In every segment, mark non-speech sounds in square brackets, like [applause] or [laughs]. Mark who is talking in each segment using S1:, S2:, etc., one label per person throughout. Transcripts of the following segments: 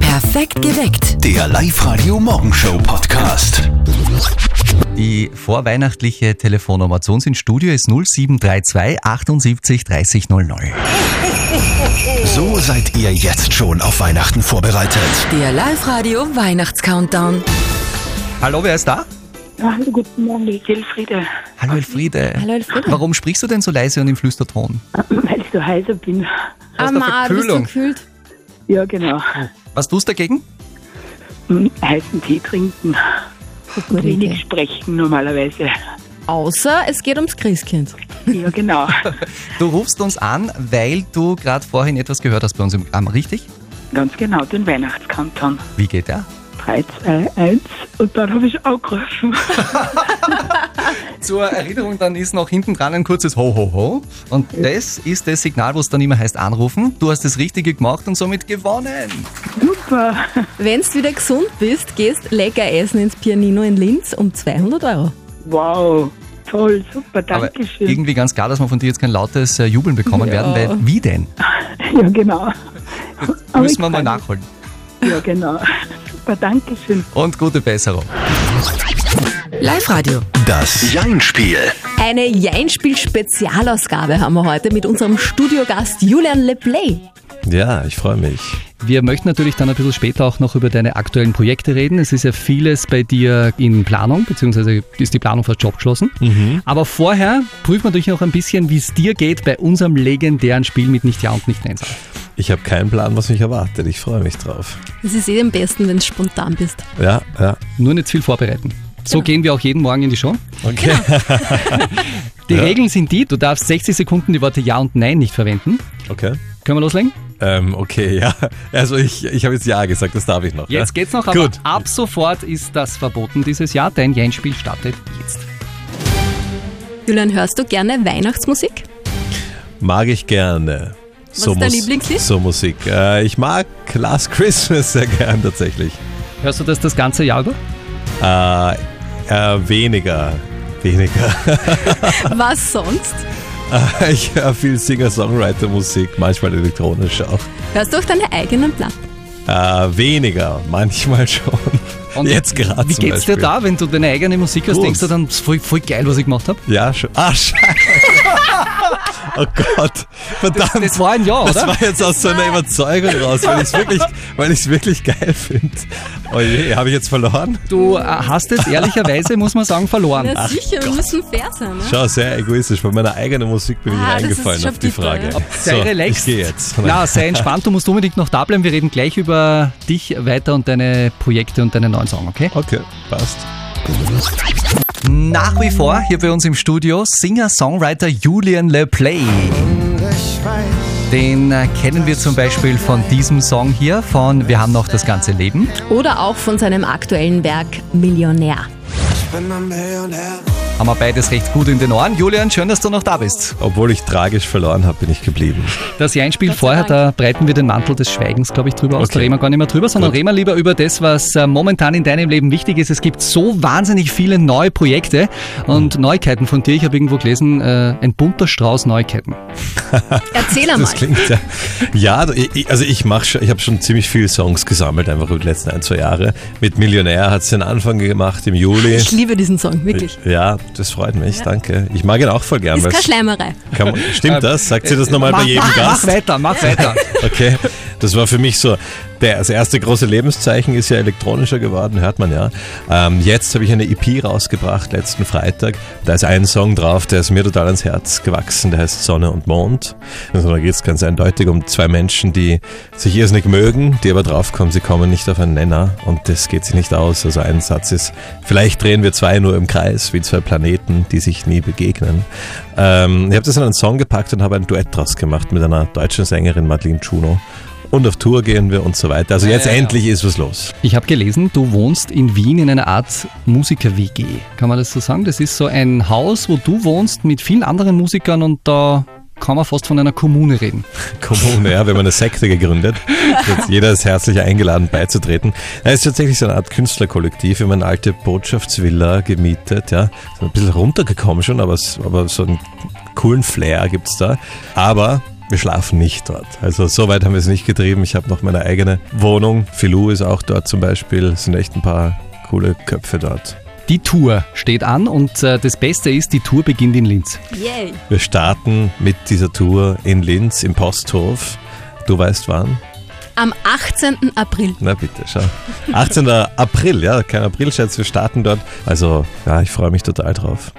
S1: Perfekt geweckt.
S2: Der Live-Radio Morgenshow Podcast.
S3: Die vorweihnachtliche Telefonnummer zu uns ins Studio ist 0732 78 30 00.
S2: So seid ihr jetzt schon auf Weihnachten vorbereitet.
S1: Der Live-Radio Weihnachtscountdown.
S3: Hallo, wer ist da?
S4: Ja, Hallo, guten Morgen, ich Elfriede,
S3: Hallo Elfriede.
S5: Hallo, Elfriede.
S3: Warum sprichst du denn so leise und im Flüsterton?
S4: [clears throat] weil ich so heiser bin.
S6: Ah,
S3: hast du
S5: Mama, du Ah, bist
S3: Verkühlung?
S5: du kühlt?
S4: Ja, genau.
S3: Was tust du dagegen?
S4: Hm, Heißen Tee trinken, wenig sprechen normalerweise.
S5: Außer es geht ums Christkind.
S4: Ja, genau.
S3: [laughs] Du rufst uns an, weil du gerade vorhin etwas gehört hast bei uns im Programm, richtig?
S4: Ganz genau, den Weihnachtskanton.
S3: Wie geht der?
S4: 3, 2, 1 und dann habe ich angegriffen.
S3: Zur Erinnerung, dann ist noch hinten dran ein kurzes Ho-Ho-Ho. Und das ist das Signal, wo es dann immer heißt anrufen. Du hast das Richtige gemacht und somit gewonnen.
S4: Super.
S5: Wenn du wieder gesund bist, gehst lecker essen ins Pianino in Linz um 200 Euro.
S4: Wow, toll, super,
S3: Aber
S4: Dankeschön.
S3: irgendwie ganz klar, dass wir von dir jetzt kein lautes äh, Jubeln bekommen werden, weil wie denn?
S4: Ja, genau. Aber ich
S3: Müssen wir mal
S4: freu mich.
S3: nachholen.
S4: Ja, genau. Super, Dankeschön.
S3: Und gute Besserung.
S1: Live-Radio.
S2: Das Jein-Spiel.
S5: Eine Jeinspiel-Spezialausgabe haben wir heute mit unserem Studiogast Julian Leplay.
S6: Ja, ich freue mich.
S3: Wir möchten natürlich dann ein bisschen später auch noch über deine aktuellen Projekte reden. Es ist ja vieles bei dir in Planung, beziehungsweise ist die Planung fast schon abgeschlossen. Aber vorher prüfen wir natürlich noch ein bisschen, wie es dir geht bei unserem legendären Spiel mit Nicht Ja und Nicht Nein sagen.
S6: Ich habe keinen Plan, was mich erwartet. Ich freue mich drauf.
S5: Es ist eh am besten, wenn du spontan bist.
S6: Ja, ja.
S3: Nur nicht zu viel vorbereiten.
S4: Genau.
S3: So gehen wir auch jeden Morgen in die Show.
S6: Okay.
S3: Die
S6: Ja.
S3: Regeln sind die, du darfst 60 Sekunden die Worte Ja und Nein nicht verwenden.
S6: [laughs] Okay.
S3: Können wir loslegen?
S6: Ähm, okay, ja. Also ich, ich habe jetzt Ja gesagt, das darf ich noch.
S3: Jetzt
S6: ja?
S3: geht's noch, aber
S6: Gut.
S3: ab sofort ist das verboten dieses Jahr. Dein Jein-Spiel startet jetzt.
S5: Julian, hörst du gerne
S6: [laughs]
S5: Weihnachtsmusik?
S6: Mag ich gerne.
S5: Was ist dein Lieblingslied?
S6: So Musik. Äh, ich mag Last Christmas sehr gern tatsächlich.
S3: Hörst du das das ganze Jahr über?
S6: Äh, äh, weniger. Weniger. [laughs]
S5: Was sonst?
S6: Ich höre viel Singer-Songwriter-Musik, manchmal elektronisch auch.
S5: Hörst du auch deine eigenen Platten?
S6: Äh, weniger, manchmal schon. Jetzt gerade
S3: Wie
S6: zum
S3: geht's dir
S6: Beispiel.
S3: da, wenn du deine eigene Musik hörst?
S6: Gut.
S3: Denkst du dann, "Pff, voll, voll geil, was ich gemacht habe?
S6: Ja, schon. Ah, scheiße. [laughs] Oh Gott, verdammt. Das,
S3: Das war ein Ja, oder?
S6: war jetzt aus so einer Überzeugung raus, weil ich es wirklich, weil ich's wirklich geil finde. Oh je, habe ich jetzt verloren?
S3: Du äh, hast jetzt ehrlicherweise, muss man sagen, verloren.
S5: Na sicher, wir müssen fair sein. Ne?
S6: Schau, sehr egoistisch. Bei meiner eigenen Musik bin ich
S5: Ah, das ist
S6: reingefallen
S5: schon
S6: auf die
S5: bitter,
S6: Frage.
S5: ja.
S3: Sei relaxed.
S6: ich gehe jetzt.
S3: Na, sei entspannt, du musst unbedingt noch da bleiben. Wir reden gleich über dich weiter und deine Projekte und deinen neuen Song, okay?
S6: Okay, passt.
S3: Nach wie vor hier bei uns im Studio Singer-Songwriter Julian Le Play. Den äh, kennen wir zum Beispiel von diesem Song hier, von Wir haben noch das ganze Leben.
S5: Oder auch von seinem aktuellen Werk Millionär.
S3: Haben wir beides recht gut in den Ohren. Julian, schön, dass du noch da bist.
S6: Obwohl ich tragisch verloren habe, bin ich geblieben.
S3: Das Jeinspiel
S5: Gott sei
S3: vorher, da
S5: Dank.
S3: breiten wir den Mantel des Schweigens, glaube ich, drüber aus. Da
S6: Okay.
S3: reden wir gar nicht mehr drüber, sondern
S6: Gut.
S3: reden wir lieber über das, was äh, momentan in deinem Leben wichtig ist. Es gibt so wahnsinnig viele neue Projekte und
S6: Hm.
S3: Neuigkeiten von dir. Ich habe irgendwo gelesen, äh, ein bunter Strauß Neuigkeiten.
S5: Erzähl einmal.
S6: Das klingt ja. Ja, du, ich- ich- also ich mache schon, ich habe schon ziemlich viele Songs gesammelt, einfach über die letzten ein, zwei Jahre. Mit Millionär hat es den Anfang gemacht im Juli.
S5: Ich liebe diesen Song, wirklich.
S6: Ja, das freut mich, danke. Ich mag ihn auch voll gern.
S5: Ist
S6: weil
S5: keine
S6: es-
S5: Schleimerei.
S6: kann man, stimmt das? Sagt sie das nochmal bei
S3: Äh, mach,
S6: jedem
S3: mach,
S6: Gast?
S3: mach weiter, mach
S6: [laughs]
S3: weiter.
S6: Okay, das war für mich so. Der, das erste große Lebenszeichen ist ja elektronischer geworden, hört man ja. Ähm, jetzt habe ich eine EP rausgebracht, letzten Freitag. Da ist ein Song drauf, der ist mir total ans Herz gewachsen, der heißt Sonne und Mond. Also da geht es ganz eindeutig um zwei Menschen, die sich irrsinnig mögen, die aber draufkommen, sie kommen nicht auf einen Nenner und das geht sich nicht aus. Also ein Satz ist, vielleicht drehen wir zwei nur im Kreis, wie zwei Planeten, die sich nie begegnen. Ähm, ich habe das in einen Song gepackt und habe ein Duett draus gemacht mit einer deutschen Sängerin Madeleine Chuno. Und auf Tour gehen wir und so weiter. Also jetzt endlich ist was los.
S3: Ich habe gelesen, du wohnst in Wien in einer Art Musiker-WG. Kann man das so sagen? Das ist so ein Haus, wo du wohnst mit vielen anderen Musikern und da kann man fast von einer Kommune reden.
S6: Kommune, ja, wir haben eine Sekte gegründet. Jetzt jeder ist herzlich eingeladen beizutreten. Es ist tatsächlich so eine Art Künstlerkollektiv. Wir haben eine alte Botschaftsvilla gemietet, ja. Ist ein bisschen runtergekommen schon, aber, es- aber so einen coolen Flair gibt's da. Aber wir schlafen nicht dort. Also so weit haben wir es nicht getrieben. Ich habe noch meine eigene Wohnung. Filou ist auch dort zum Beispiel. Es sind echt ein paar coole Köpfe dort.
S3: Die Tour steht an und äh, das Beste ist, die Tour beginnt in Linz.
S5: Yay.
S6: Wir starten mit dieser Tour in Linz im Posthof. Du weißt wann?
S5: Am 18. April.
S6: Na bitte, schau. 18. April, ja, kein Aprilscherz, wir starten dort. Also, ja, ich freue mich total drauf.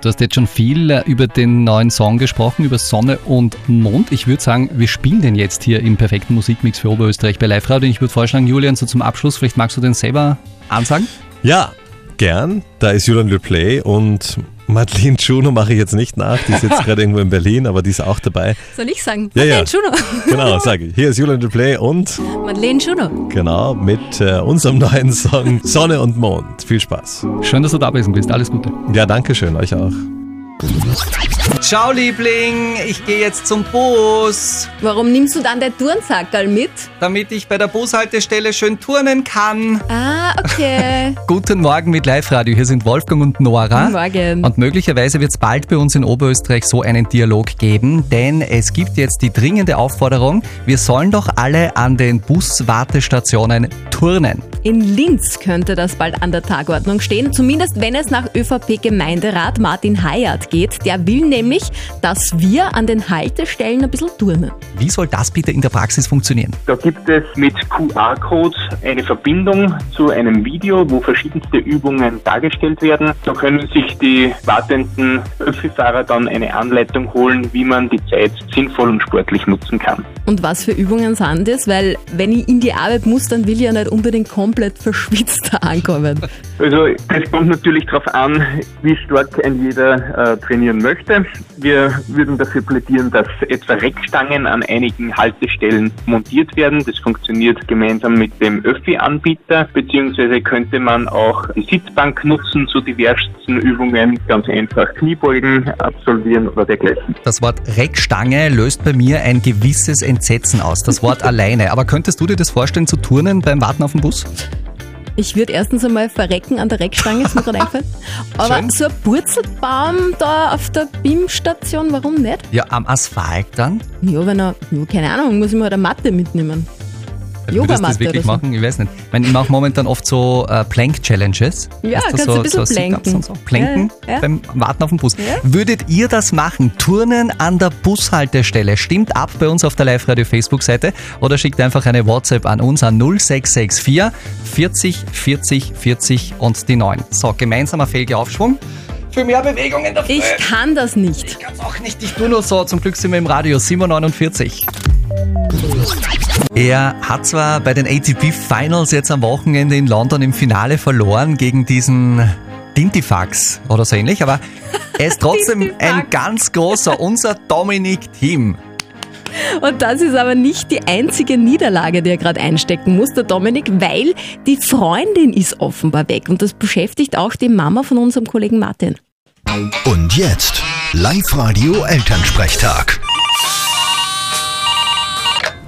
S3: Du hast jetzt schon viel äh, über den neuen Song gesprochen, über Sonne und Mond. Ich würde sagen, wir spielen den jetzt hier im perfekten Musikmix für Oberösterreich bei Live Radio. Und Ich würde vorschlagen, Julian, so zum Abschluss, vielleicht magst du den selber ansagen?
S6: Ja, gern. Da ist Julian Le Play und Madeleine Schuno mache ich jetzt nicht nach. Die ist jetzt gerade irgendwo in Berlin, aber die ist auch dabei.
S5: Soll ich sagen?
S6: Ja, ja.
S5: Madeleine Schuno.
S6: Genau, sage ich. Hier ist Julian Le Play und
S5: [laughs] Madeleine Schuno.
S6: genau mit äh, unserem neuen Song Sonne und Mond. Viel Spaß.
S3: Schön, dass du da gewesen bist. Alles Gute.
S6: Ja, danke schön, euch auch.
S3: Ciao, Liebling. Ich gehe jetzt zum Bus,
S5: Warum nimmst du dann den Turnsackerl mit?
S3: damit ich bei der Bushaltestelle schön turnen kann.
S5: Ah,
S6: [laughs]
S5: okay.
S3: Guten Morgen mit Live Radio. Hier sind Wolfgang und Nora.
S6: Ah.
S5: Guten Morgen.
S3: Und möglicherweise wird es bald bei uns in Oberösterreich so einen Dialog geben, denn es gibt jetzt die dringende Aufforderung, wir sollen doch alle an den Buswartestationen turnen.
S5: In Linz könnte das bald an der Tagesordnung stehen, zumindest wenn es nach ÖVP-Gemeinderat Martin Hayat geht. Der will nämlich, dass wir an den Haltestellen ein bisschen turnen.
S3: Wie soll das bitte in der Praxis funktionieren?
S7: Da gibt es mit QR-Codes eine Verbindung zu einem Video, wo verschiedenste Übungen dargestellt werden. Da können sich die wartenden Öffi-Fahrer dann eine Anleitung holen, wie man die Zeit sinnvoll und sportlich nutzen kann.
S5: Und was für Übungen sind das? Weil wenn ich in die Arbeit muss, dann will ich ja nicht unbedingt komplett [laughs] verschwitzt da ankommen.
S7: Also es kommt natürlich darauf an, wie stark ein jeder äh, trainieren möchte. Wir würden dafür plädieren, dass etwa Reckstangen an einigen Haltestellen montiert werden. Das funktioniert gemeinsam mit dem Öffi-Anbieter, beziehungsweise könnte man auch die Sitzbank nutzen zu diversen Übungen, ganz einfach Kniebeugen absolvieren oder dergleichen.
S3: Das Wort Reckstange löst bei mir ein gewisses Entsetzen aus, das [laughs] Wort alleine. Aber könntest du dir das vorstellen, zu turnen beim Warten auf den Bus?
S5: Ich würde erstens einmal verrecken an der Reckstange, ist
S3: [laughs]
S5: mir gerade eingefallen. Aber
S3: Schön.
S5: so ein Purzelbaum da auf der BIM-Station, warum nicht?
S3: Ja, am Asphalt dann?
S5: Ja, wenn er, ja, keine Ahnung, muss ich mir halt eine Matte mitnehmen.
S3: Würdest du das
S5: Yogamatte
S3: wirklich
S5: oder so.
S3: machen? Ich weiß nicht. Ich, meine, ich mache momentan oft so äh, Plank-Challenges.
S5: Ja,
S3: Weißt du,
S5: kannst ein bisschen
S3: Sit-ups
S5: planken.
S3: und So. Planken
S5: Ja, ja.
S3: beim Warten auf den Bus.
S5: Ja.
S3: Würdet ihr das machen? Turnen an der Bushaltestelle. Stimmt ab bei uns auf der Live-Radio-Facebook-Seite oder schickt einfach eine WhatsApp an uns an 0664 40 40 40 und die 9. So, gemeinsamer fähiger Aufschwung. Für mehr Bewegung in der Früh.
S5: Ich kann das nicht.
S3: Äh. Ich kann's auch nicht, ich tu nur so. Zum Glück sind wir im Radio 749. Er hat zwar bei den ATP Finals jetzt am Wochenende in London im Finale verloren gegen diesen Dintifax oder so ähnlich, aber er ist trotzdem ein ganz großer, unser Dominik Thiem.
S5: Und das ist aber nicht die einzige Niederlage, die er gerade einstecken muss, der Dominik, weil die Freundin ist offenbar weg. Und das beschäftigt auch die Mama von unserem Kollegen Martin.
S2: Und jetzt Live-Radio Elternsprechtag.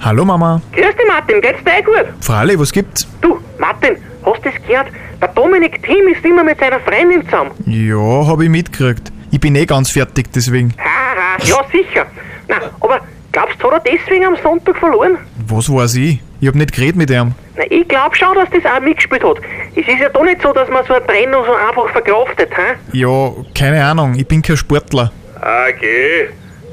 S8: Hallo Mama.
S9: Grüß dich, Martin, geht's dir eh gut?
S8: Frale, was gibt's?
S9: Du, Martin, hast du das gehört? Der Dominik Thiem ist immer mit seiner Freundin zusammen.
S8: Ja, hab ich mitgekriegt. Ich bin eh ganz fertig, deswegen.
S9: Haha, ja, sicher. Na, aber glaubst du, hat er deswegen am Sonntag verloren?
S8: Was weiß ich? Ich hab nicht geredet mit ihm.
S9: Na, ich glaub schon, dass das auch mitgespielt hat. Es ist ja doch nicht so, dass man so eine Trennung so einfach verkraftet, hä?
S8: Ja, keine Ahnung, ich bin kein Sportler.
S10: Ah, geh.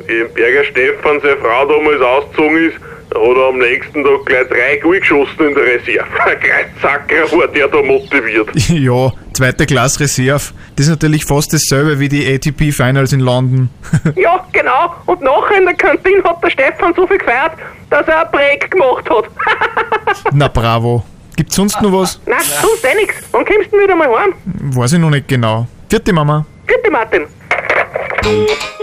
S10: Wie im Berger Stefan seine Frau damals ausgezogen ist, da hat er am nächsten Tag gleich drei Goal geschossen in der Reserve. [laughs] Kreuzsacker war der da motiviert.
S8: ja, zweite Klasse Reserve. Das ist natürlich fast dasselbe wie die ATP Finals in London.
S9: Ja, genau. Und nachher in der Kantine hat der Stefan so viel gefeiert, dass er einen Break gemacht hat. [laughs]
S8: Na bravo. Gibt's sonst noch was?
S9: Na, sonst eh nix. Wann kommst du denn wieder mal heim?
S8: Weiß ich noch nicht genau. Vierte Mama.
S9: Bitte, Martin.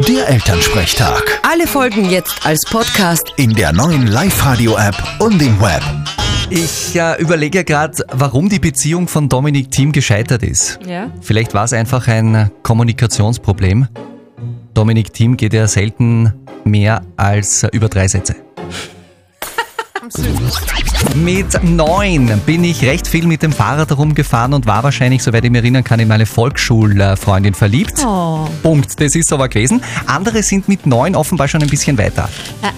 S2: Der Elternsprechtag.
S1: Alle Folgen jetzt als Podcast.
S2: In der neuen Live-Radio-App und im Web.
S3: Ich äh, überlege gerade, warum die Beziehung von Dominik Thiem gescheitert ist.
S5: Ja.
S3: Vielleicht war es einfach ein äh, Kommunikationsproblem. Dominik Thiem geht ja selten mehr als äh, über drei Sätze. Mit neun bin ich recht viel mit dem Fahrrad herumgefahren und war wahrscheinlich, soweit ich mich erinnern kann, in meine Volksschulfreundin verliebt.
S5: Oh.
S3: Punkt, das ist aber gewesen. Andere sind mit neun offenbar schon ein bisschen weiter.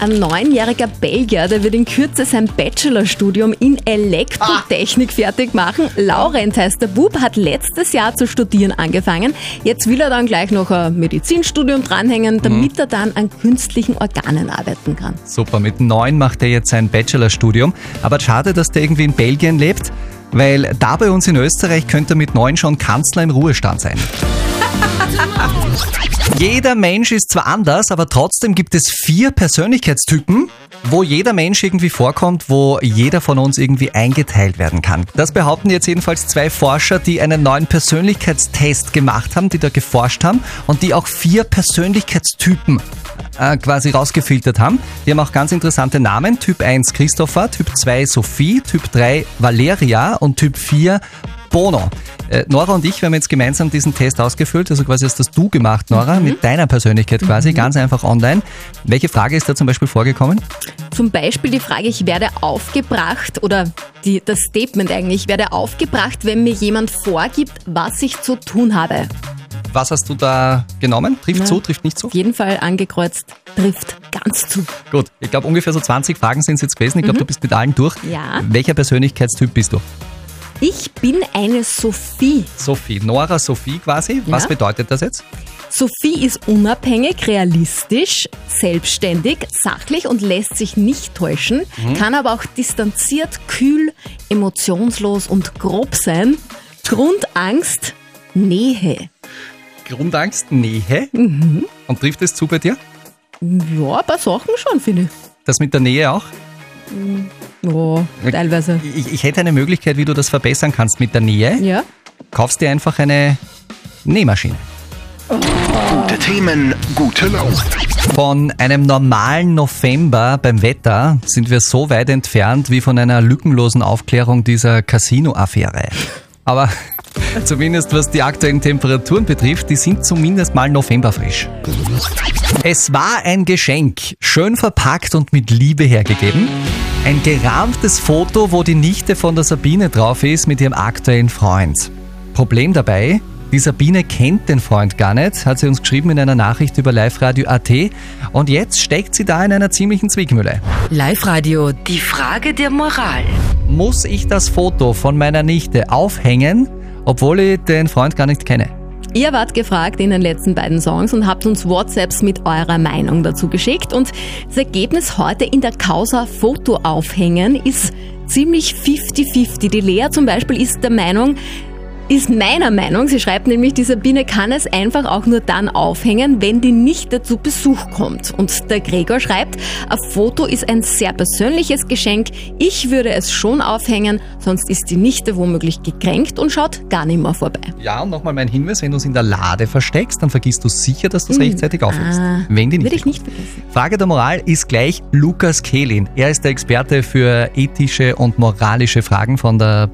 S5: Ein neunjähriger Belgier, der wird in Kürze sein Bachelorstudium in Elektrotechnik fertig machen. Laurent heißt der Bub, hat letztes Jahr zu studieren angefangen. Jetzt will er dann gleich noch ein Medizinstudium dranhängen, damit er dann an künstlichen Organen arbeiten kann.
S3: Super, mit neun macht er jetzt sein Bachelorstudium. Aber schade, dass der irgendwie in Belgien lebt, weil da bei uns in Österreich könnte er mit neun schon Kanzler im Ruhestand sein. Jeder Mensch ist zwar anders, aber trotzdem gibt es vier Persönlichkeitstypen, wo jeder Mensch irgendwie vorkommt, wo jeder von uns irgendwie eingeteilt werden kann. Das behaupten jetzt jedenfalls zwei Forscher, die einen neuen Persönlichkeitstest gemacht haben, die da geforscht haben und die auch vier Persönlichkeitstypen äh, quasi rausgefiltert haben. Die haben auch ganz interessante Namen. Typ 1 Christopher, Typ 2 Sophie, Typ 3 Valeria und Typ 4 Bono. Äh, Nora und ich, wir haben jetzt gemeinsam diesen Test ausgefüllt, also quasi hast das du gemacht,
S5: Mhm.
S3: Nora, mit deiner Persönlichkeit quasi, ganz einfach online. Welche Frage ist da zum Beispiel vorgekommen?
S5: Zum Beispiel die Frage, ich werde aufgebracht oder die, das Statement eigentlich, ich werde aufgebracht, wenn mir jemand vorgibt, was ich zu tun habe.
S3: Was hast du da genommen? Trifft
S5: Na.
S3: zu, trifft nicht zu?
S5: Auf jeden Fall angekreuzt, trifft ganz zu.
S3: Gut, ich glaube ungefähr so 20 Fragen sind es jetzt gewesen. Ich glaube, du bist mit allen durch.
S5: Mhm. Ja.
S3: Welcher Persönlichkeitstyp bist du?
S5: Ich bin eine Sophie.
S3: Sophie, Nora Sophie quasi. Was
S5: Ja.
S3: bedeutet das jetzt?
S5: Sophie ist unabhängig, realistisch, selbstständig, sachlich und lässt sich nicht täuschen, kann aber auch distanziert, kühl, emotionslos und grob sein. Grundangst, Nähe.
S3: Grundangst, Nähe.
S5: Mhm.
S3: Und trifft es zu bei dir?
S5: Ja, ein paar Sachen schon, finde ich.
S3: Das mit der Nähe auch?
S5: Ja, teilweise.
S3: Ich, ich hätte eine Möglichkeit, wie du das verbessern kannst mit der Nähe.
S5: Ja.
S3: Kaufst dir einfach eine Nähmaschine.
S2: Gute Themen, gute Laune.
S3: Von einem normalen November beim Wetter sind wir so weit entfernt wie von einer lückenlosen Aufklärung dieser Casino-Affäre. Aber [laughs] zumindest was die aktuellen Temperaturen betrifft, die sind zumindest mal novemberfrisch. Es war ein Geschenk, schön verpackt und mit Liebe hergegeben. Ein gerahmtes Foto, wo die Nichte von der Sabine drauf ist mit ihrem aktuellen Freund. Problem dabei, die Sabine kennt den Freund gar nicht, hat sie uns geschrieben in einer Nachricht über liveradio.at und jetzt steckt sie da in einer ziemlichen Zwickmühle.
S1: Live-Radio, die Frage der Moral.
S3: Muss ich das Foto von meiner Nichte aufhängen, obwohl ich den Freund gar nicht kenne?
S5: Ihr wart gefragt in den letzten beiden Songs und habt uns WhatsApps mit eurer Meinung dazu geschickt. Und das Ergebnis heute in der Causa Foto aufhängen ist ziemlich 50-50. Die Lea zum Beispiel ist der Meinung, ist meiner Meinung, sie schreibt nämlich, die Sabine kann es einfach auch nur dann aufhängen, wenn die Nichte zu Besuch kommt. Und der Gregor schreibt, ein Foto ist ein sehr persönliches Geschenk, ich würde es schon aufhängen, sonst ist die Nichte womöglich gekränkt und schaut gar nicht mehr vorbei.
S3: Ja, und nochmal mein Hinweis, wenn du es in der Lade versteckst, dann vergisst du sicher, dass du es rechtzeitig aufhängst.
S5: Hm. Ah.
S3: wenn die nicht.
S5: Würde ich nicht vergessen.
S3: Frage der Moral ist gleich Lukas Kehlin. Er ist der Experte für ethische und moralische Fragen von der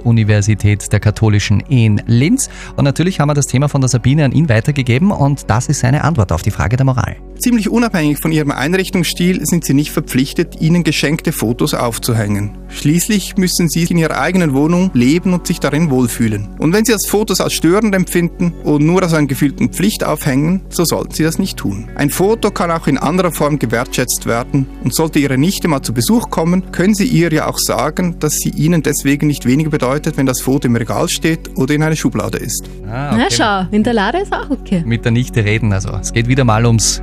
S3: Privatuniversität der Katholischen in Linz. Und natürlich haben wir das Thema von der Sabine an ihn weitergegeben und das ist seine Antwort auf die Frage der Moral.
S11: Ziemlich unabhängig von ihrem Einrichtungsstil sind sie nicht verpflichtet, ihnen geschenkte Fotos aufzuhängen. Schließlich müssen sie in ihrer eigenen Wohnung leben und sich darin wohlfühlen. Und wenn sie das Fotos als störend empfinden und nur als einen gefühlten Pflicht aufhängen, so sollten sie das nicht tun. Ein Foto kann auch in anderer Form gewertschätzt werden und sollte ihre Nichte mal zu Besuch kommen, können sie ihr ja auch sagen, dass sie ihnen deswegen nicht weniger bedeutet, wenn das Foto im Regal steht oder in einer Schublade ist.
S3: Ah,
S5: Na schau, in der Lade ist auch okay.
S3: Mit der Nichte reden, also es geht wieder mal ums